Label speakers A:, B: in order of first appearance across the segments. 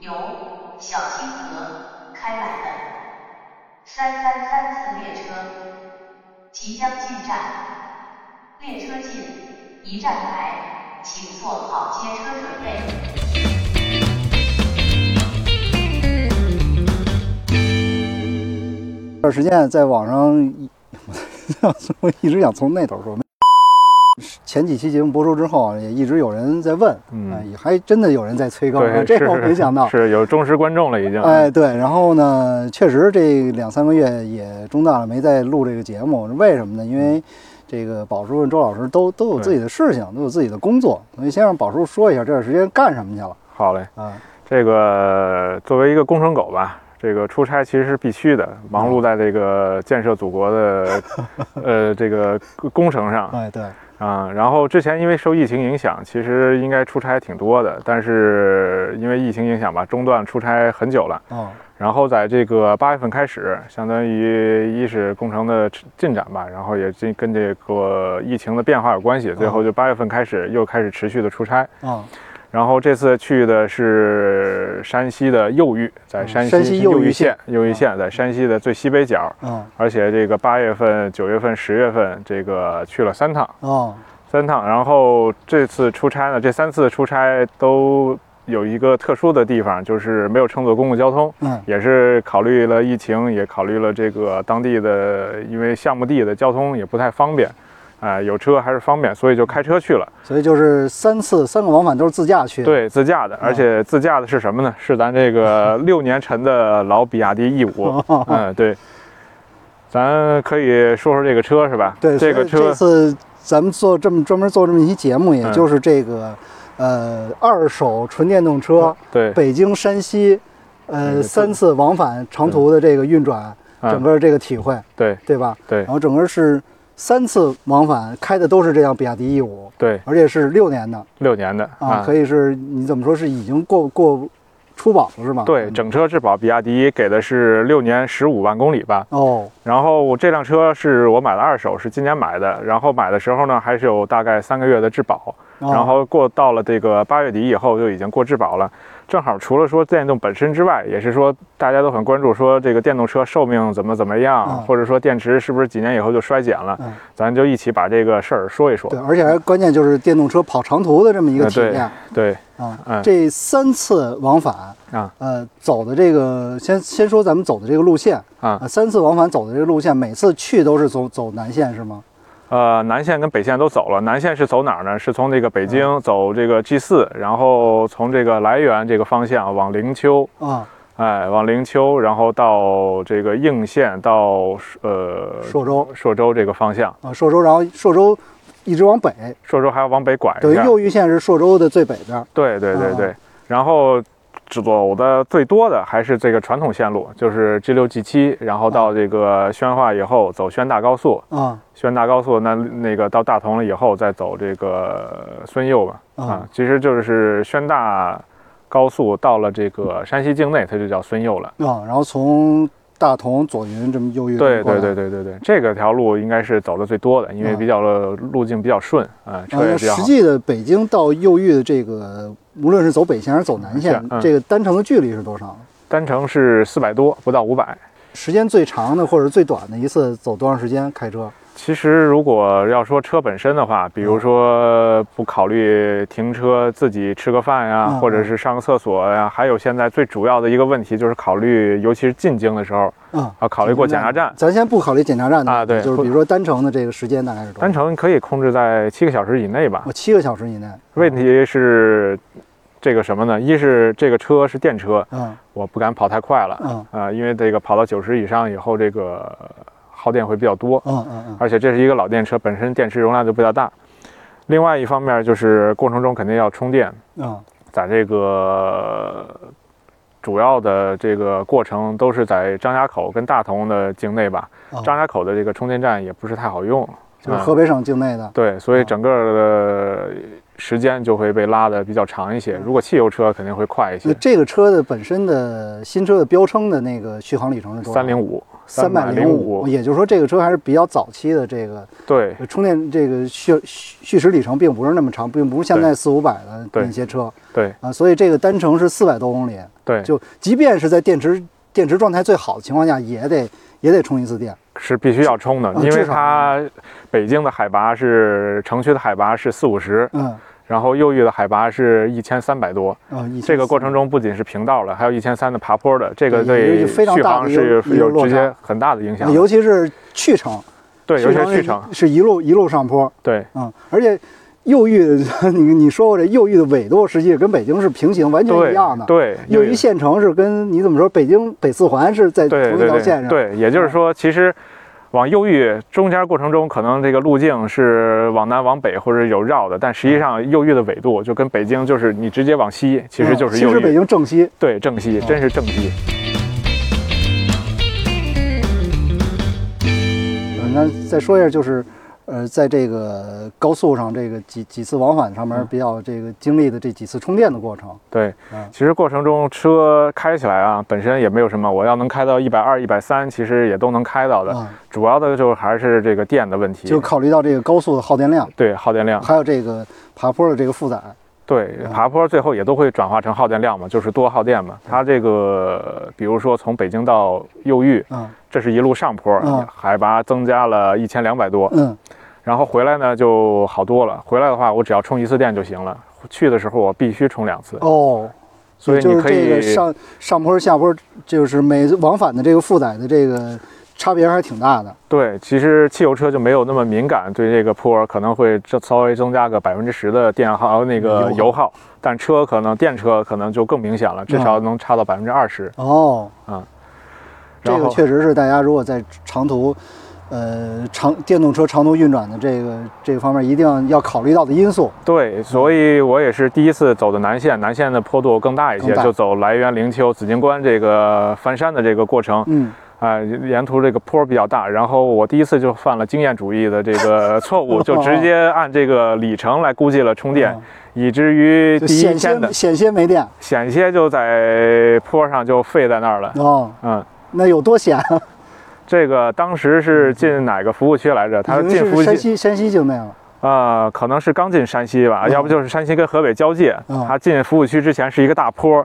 A: 由小清河开来的三三三次列车即将进站，列车进一站台，请做好接车准备。
B: 这段时间在网上， 我一直想从那头说。前几期节目播出之后啊，也一直有人在问，
C: 嗯
B: 哎也还真的有人在催更啊，
C: 对，
B: 这
C: 是
B: 个我没想到。
C: 是有忠实观众了已经。
B: 哎，，对，然后呢，确实这两三个月也中断了，没再录这个节目，为什么呢？因
C: 嗯
B: 为这个宝叔跟周老师都都有自己的事情，都有自己的工作，所以先让宝叔说一下这段时间干什么去了
C: 好嘞，
B: 啊。
C: 这个作为一个工程狗吧，这个出差其实是必须的，忙
B: 嗯
C: 碌在这个建设祖 国的呃这个工程上
B: 哎，对，
C: 啊、然后之前因为受疫情影响，其实应该出差挺多的，但是因为疫情影响吧，中断出差很久了。
B: 哦，
C: 然后在这个八月份开始，相当于一是工程的进展吧，然后也这跟这个疫情的变化有关
B: 嗯
C: 系，最后就八月份开始又开始持续的出差。
B: 哦，
C: 然后这次去的是山西的右峪，在
B: 嗯
C: 山
B: 山西
C: 西
B: 右峪
C: 峪
B: 县嗯
C: 县，右峪县在山西的最西北角。
B: 哦，
C: 而且这个八月份、九月份、十月份，这个去了三趟，
B: 哦，
C: 三趟。然后这次出差呢，这三次出差都有一个特殊的地方，就是没有乘坐公共交通。
B: 嗯，
C: 也是考虑了疫情，也考虑了这个当地的，因为项目地的交通也不太方便，啊、有车还是方便，所以就开车去了。
B: 所以就是三次三个往返都是自驾去。，
C: 对，自驾
B: 啊
C: 的，而且自驾的是什么呢？是咱这个六年陈的老比亚迪 E 五，
B: 哦
C: 嗯，对。咱可以说说这个车是吧？
B: 对，
C: 这
B: 所
C: 个
B: 以
C: 车
B: 这次咱们做这么专门做这么一期节目，也
C: 嗯
B: 就是这个、呃二手纯电动车。
C: 对，
B: 北京、山西，呃，
C: 嗯
B: 三
C: 对
B: 次往返长途的这个运转，
C: 嗯
B: 整个这哦个体会，
C: 对
B: 对吧？
C: 对
B: 然后整个是三次往返开的都是这辆比亚迪 E 五，
C: 对，
B: 而且是六年的
C: 六年的
B: 啊，
C: 啊，
B: 可以是你怎么说是已经过过出保了是吧？嗯
C: 对，整车质保比亚迪给的是六年十五万公里吧。
B: 哦，
C: 然后我这辆车是我买的二手，是今年买的。然后买的时候呢，还是有大概三个月的质保。
B: 哦
C: 然后过到了这个八月底以后，就已经过质保了。正好除了说电动本身之外，也是说大家都很关注说这个电动车寿命怎么怎么样，
B: 嗯
C: 或者说电池是不是几年以后就衰减了，
B: 嗯
C: 咱就一起把这个事儿说一说。
B: 对，而且还关键就是电动车跑长途的这么一个
C: 呃
B: 体
C: 对
B: 验
C: 对
B: 啊
C: 嗯，
B: 这三次往返。
C: 啊
B: 呃，走的这个先先说咱们走的这个路线
C: 啊
B: 呃三次往返走的这个路线，每次去都是走走南线是吗？
C: 呃，南线跟北线都走了。南线是走哪儿呢？是从这个北京走这个 G 四，然后从这个来源这个方向往灵丘，
B: 啊，
C: 哎，往灵丘，然后到这个应县，到呃
B: 朔州
C: 朔州这个方向。
B: 啊，朔州，然后朔州一直往北，
C: 朔州还要往北拐
B: 等
C: 一
B: 于
C: 下。
B: 右峪县是朔州的最北边儿。
C: 对对对对
B: 啊，
C: 然后走的最多的还是这个传统线路，就是 G 六 G 七，然后到这个宣化以后走宣大高速，
B: 啊
C: 宣大高速那那个到大同了以后再走这个孙右吧啊
B: 啊，
C: 其实就是宣大高速到了这个山西境内，它就叫孙右了。
B: 啊，然后从大同、左云这么右峪
C: 对
B: 过来
C: 对对，对对对，这个条路应该是走的最多的，因为
B: 嗯
C: 比较路径比较顺啊，
B: 然
C: 车
B: 后
C: 也
B: 那
C: 比较好
B: 实。际的北京到右峪的这个，无论是走北线还是走南线
C: 是，嗯
B: 这个单程的距离是多少？
C: 单程是四百多，不到五百。
B: 时间最长的或者最短的一次走多长时间开车？
C: 其实，如果要说车本身的话，比
B: 嗯
C: 如说不考虑停车，自己吃个饭呀、
B: 嗯
C: 或者是上个厕所呀、还有现在最主要的一个问题就是考虑，尤其是进京的时候，
B: 啊，
C: 要考虑过检查站。
B: 咱先不考虑检查站的
C: 啊
B: 问题
C: 对
B: 就是
C: 不
B: 比如说单程的这个时间大概是多少？
C: 单程可以控制在七个小时以内吧
B: 我。七个小时以内。
C: 问题是这个什么呢？一是这个车是电车，
B: 嗯
C: 我不敢跑太快了啊、
B: 嗯
C: 因为这个跑到九十以上以后，这个耗电会比较多。
B: 嗯嗯嗯
C: 而且这是一个老电车，本身电池容量就比较大。另外一方面就是过程中肯定要充电，
B: 嗯
C: 在这个呃主要的这个过程都是在张家口跟大同的境内吧。
B: 嗯，
C: 张家口的这个充电站也不是太好用，
B: 就是
C: 嗯
B: 河北省境内的。
C: 对，所以整个的时间就会被拉的比较长一些。如果汽油车肯定会快一
B: 那
C: 些，
B: 这个车的本身的新车的标称的那个续航里程是多少？
C: 三零五
B: 三百零
C: 5
B: 也就是说这个车还是比较早期的这个
C: 对
B: 充电这个续续时里程并不是那么长，并不是现在四五百的
C: 对
B: 那些车
C: 对
B: 啊，所以这个单程是四百多公里，
C: 对，
B: 就即便是在电池电池状态最好的情况下，也得也得充一次电。
C: 是必须要充的，
B: 嗯
C: 因为
B: 至少
C: 它北京的海拔是城区的海拔是四五十，
B: 嗯，
C: 然后右翼的海拔是一千三百多。
B: 啊，以前
C: 这个过程中不仅是平道了，还有一千三的爬坡的，这个
B: 对也
C: 对
B: 是非常
C: 续
B: 大
C: 航
B: 的一个
C: 是
B: 一个
C: 有
B: 落
C: 直接
B: 差
C: 很大的影响
B: 啊。尤其是去程，
C: 对，尤其是去
B: 程
C: 程，
B: 是是一路一路上坡，
C: 对
B: 嗯，而且右翼 你你说过这右翼的纬度实际跟北京是平行完全
C: 对
B: 一样的，
C: 对，
B: 右
C: 有
B: 翼县城是跟你怎么说北京北四环是在同
C: 对
B: 一
C: 对
B: 条
C: 对
B: 线上，
C: 对，也就是说，其实往右域中间过程中，可能这个路径是往南往北或者有绕的，但实
B: 嗯
C: 际上右域的纬度就跟北京就是你直接往西，其实就
B: 嗯
C: 是右
B: 其实北
C: 域，
B: 京正西，
C: 对正西，
B: 啊
C: 真是正西。
B: 嗯，那再说一下就是。呃，在这个高速上，这个几几次往返上
C: 嗯
B: 面比较这个经历的这几次充电的过程，
C: 对
B: 嗯，
C: 其实过程中车开起来啊，本身也没有什么，我要能开到一百二、一百三，其实也都能开到的。
B: 啊，
C: 主要的就还是这个电的问题，
B: 就啊考虑到这个高速的耗电量，
C: 对耗电量，
B: 还有这个爬坡的这个负载，
C: 对
B: 啊
C: 爬坡最后也都会转化成耗电量嘛，就是多耗电嘛。它这个比如说从北京到右玉，
B: 嗯
C: 这是一路上坡，
B: 嗯
C: 海拔增加了一千两百多，
B: 嗯
C: 然后回来呢就好多了。回来的话，我只要充一次电就行了。去的时候我必须充两次，
B: 哦，
C: 所以
B: 就
C: 你
B: 是
C: 可
B: 这
C: 以
B: 个上上坡下坡，就是每往返的这个负载的这个差别还挺大的。
C: 对，其实汽油车就没有那么敏感，对这个坡可能会这稍微增加个百分之十的电耗那个
B: 油耗
C: 油耗，但车可能电车可能就更明显了，至
B: 啊
C: 少能差到百分之二十。
B: 哦，这
C: 然
B: 个
C: 后
B: 确实是大家如果在长途，呃，长电动车长途运转的这个这个方面，一定要考虑到的因素。
C: 对，所以我也是第一次走的南线，南线的坡度更大一些
B: 更，大
C: 就走涞源、灵丘、紫荆关这个翻山的这个过程
B: 嗯，
C: 啊、沿途这个坡比较大，然后我第一次就犯了经验主义的这个错 误，就直接按这个里程来估计了充电
B: 哦，
C: 以至于
B: 就
C: 第一
B: 险
C: 天的
B: 些险些没电。
C: 险些就在坡上就废在那儿了。
B: 哦，
C: 嗯，
B: 那有多险？啊
C: 这个当时是进哪个服务区来着？他
B: 已经
C: 进服务
B: 是山
C: 区
B: 西山西境内了。
C: 啊，可能是刚进山西吧，
B: 嗯
C: 要不就是山西跟河北交界。
B: 嗯
C: 他进服务区之前是一个大 坡，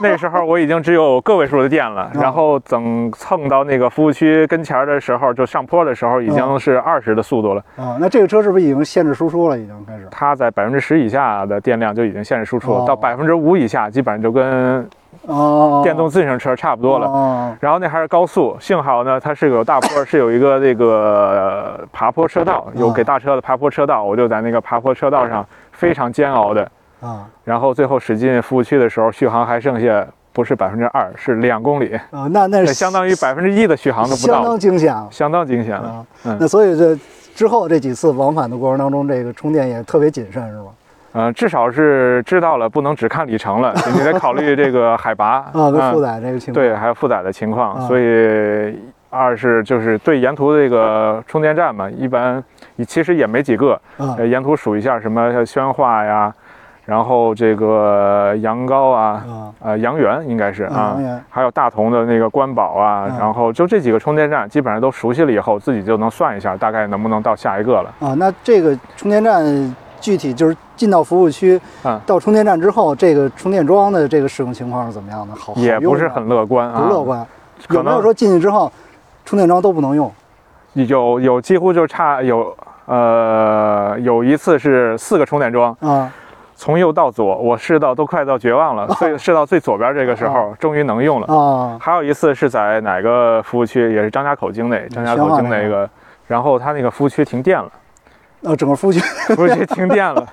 C: 那时候我已经只有个位数的电了，
B: 嗯
C: 然后等蹭到那个服务区跟前儿的时候，就上坡的时候已
B: 嗯
C: 经是二十的速度了。
B: 啊、那这个车是不是已经限制输出了？已经开始。
C: 它在百分之十以下的电量就已经限制输出
B: 哦
C: 了，到百分之五以下基本上就跟
B: 哦，
C: 电动自行车差不多了。
B: 哦，
C: 然后那还是高速，幸好呢，它是有大坡，是有一个那个呃爬坡车道，
B: 嗯
C: 有给大车的爬坡车道，我就在那个爬坡车道上非常煎熬的。
B: 哦啊
C: 然后最后驶进服务区的时候，续航还剩下不是百分之二，是两公里，
B: 啊，那那
C: 那
B: 是
C: 相当于百分之一的续航都不
B: 相
C: 到
B: 当，惊险了。
C: 相当惊险了。
B: 啊，
C: 嗯
B: 那所以这之后这几次往返的过程当中，这个充电也特别谨慎，是吧？
C: 嗯、至少是知道了，不能只看里程 了，你得考虑这个海拔
B: 啊，跟负
C: 嗯
B: 载这个情况，
C: 对，还有负载的情况，
B: 啊
C: 所以二是就是对沿途的这个充电站嘛，一般你其实也没几个，
B: 啊
C: 呃，沿途数一下什么像宣化呀，然后这个羊羔啊，
B: 啊，
C: 呃，阳源应该是啊
B: 啊，阳源
C: 还有大同的那个关堡啊，
B: 嗯
C: 然后就这几个充电站，基本上都熟悉了以后，自己就能算一下大概能不能到下一个了。
B: 啊，那这个充电站具体就是进到服务区
C: 啊，
B: 到充电站之后，这个充电桩的这个使用情况是怎么样的？好，好
C: 也不
B: 用
C: 是
B: 吗
C: 很乐观啊，
B: 不乐观，
C: 可
B: 有没有
C: 能
B: 说进去之后充电桩都不能用？
C: 有有几乎就差有呃有一次是四个充电桩，
B: 啊
C: 从右到左，我试到都快到绝望了， 最试到最左边这个时候，终于能用了。
B: 啊
C: 还有一次是在哪个服务区，也是张家口境内，张家口境内一个，然后他那个服务区停电了，
B: 啊！整个服务区
C: 服务区停电了，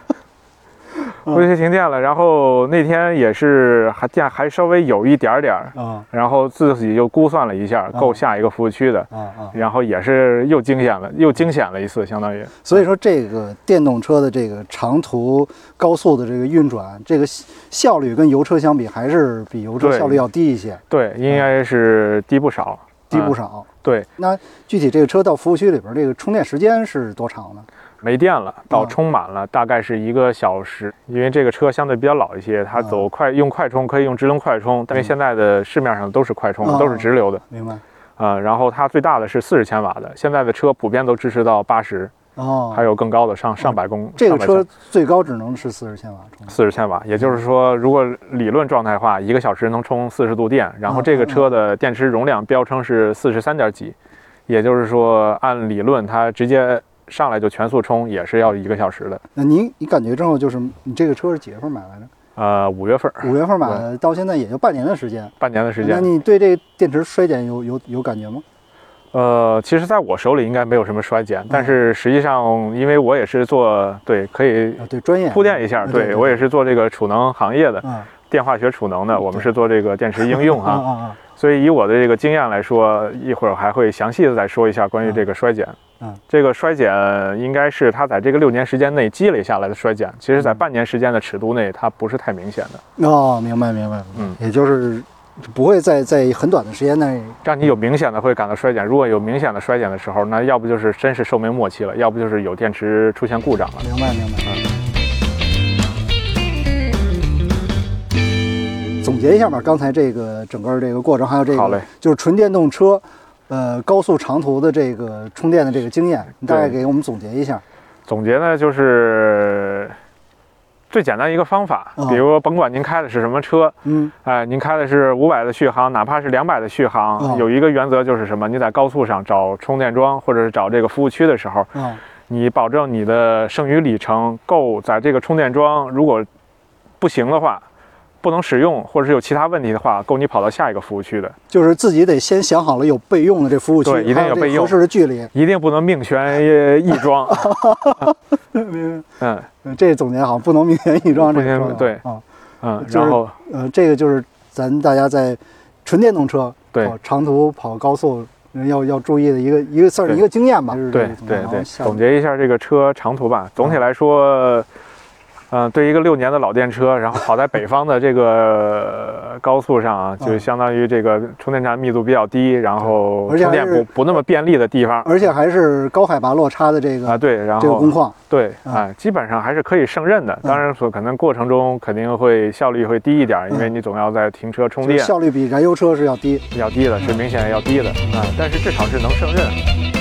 C: 服务区停电了。然后那天也是还电还稍微有一点点儿，
B: 啊
C: 然后自己就估算了一下，够下一个服务区的。
B: 啊啊！
C: 然后也是又惊险了，又惊险了一次，相当于
B: 所以说，这个电动车的这个长途高速的这个运转，这个效率跟油车相比，还是比油车
C: 对嗯
B: 效率要低一些，
C: 对，应该是低不少，
B: 低不
C: 嗯。
B: 少。
C: 对，
B: 那具体这个车到服务区里边，这个充电时间是多长呢？
C: 没电了，到
B: 嗯
C: 充满了、大概是一个小时，因为这个车相对比较老一些，它
B: 嗯
C: 走快、用快充可以用直轮快充，但是现在的市面上都是快充的，
B: 嗯
C: 都是直流的，
B: 明白？
C: 呃，然后它最大的是四十千瓦的，现在的车普遍都支持到八十，
B: 哦，
C: 还有更高的上上百公。
B: 这个车最高只能是四十千瓦充。
C: 四十千瓦，也就是说，如果理论状态化，一个小时能充四十度电，
B: 嗯
C: 然后这个车的电池容量标称是四十三点几，也就是说，按理论它直接上来就全速充也是要一个小时的。
B: 那你你感觉之后就是你这个车是几月份买来 的？
C: 呃，五月份，
B: 五月份买的，到现在也就半年的时间。
C: 半年的时
B: 那
C: 间，
B: 你对这个电池衰减有有有感觉吗？
C: 呃，其实在我手里应该没有什么衰减，但是实际上，因为我也是做对，可以
B: 啊，对，专业
C: 铺垫一下，
B: 啊
C: 对
B: 对
C: 我也是做这个储能行业的，
B: 啊
C: 电化学储能的，我们
B: 对
C: 是做这个电池应用
B: 啊啊
C: 哈。
B: 啊！
C: 所以以我的这个经验来说，一会儿还会详细的再说一下关于这个衰减。
B: 嗯
C: 这个衰减应该是它在这个六年时间内积累下来的衰减，其实在
B: 嗯
C: 半年时间的尺度内，它不是太明显的，
B: 哦，明白明白，
C: 嗯，
B: 也就是不会在在很短的时间内，
C: 让你有明显的会感到衰减。如果有明显的衰减的时候，那要不就是真是寿命末期了，要不就是有电池出现故障了。
B: 明白明白。总结一下吧，刚才这个整个这个过程，还有这
C: 嗯好嘞
B: 个就是纯电动车，呃，高速长途的这个充电的这个经验，你大概
C: 对
B: 给我们总结一下。
C: 总结呢，就是最简单一个方法
B: 嗯，
C: 比如甭管您开的是什么车，
B: 嗯，
C: 哎，您开的是五百的续航，哪怕是两百的续
B: 嗯
C: 航，有一个原则就是什么？你在高速上找充电桩或者是找这个服务区的时候，
B: 啊，
C: 你保证你的剩余里程够在这个充电桩，如果不行的话，不能使用或者是有其他问题的话，够你跑到下一个服务区的。
B: 就是自己得先想好了有备用的这服务区，
C: 对一定
B: 还有
C: 有
B: 这
C: 备用
B: 合适的距离。
C: 一定不能命悬呃一桩。嗯
B: 呃这总结好，不能明言一桩，这
C: 不
B: 个
C: 能
B: 说法
C: 对
B: 啊，
C: 嗯，
B: 就是
C: 然后
B: 呃，这个就是咱大家在纯电动车
C: 对
B: 跑长途跑高速呃要要注意的一个一个算是
C: 对
B: 一个经验吧。就是这
C: 对
B: 个总结
C: 对
B: 好
C: 对，
B: 下
C: 总结一下这个车长途吧。总体来说，嗯、对一个六年的老电车，然后跑在北方的这个高速上啊，就
B: 嗯
C: 相当于这个充电站密度比较低，然后
B: 而且
C: 充
B: 还
C: 电
B: 是
C: 不不那么便利的地方
B: 而且还是高海拔落差的这个、
C: 啊，对，然
B: 这个工
C: 后
B: 况，
C: 对
B: 嗯
C: 啊，基本上还是可以胜任的。当然说，可能过程中肯定会效率会低一点，因为
B: 嗯
C: 你总要在停车充
B: 就是
C: 电，
B: 效率比燃油车是要低。
C: 比较低的，是明显要低的啊，但是至少是能胜任。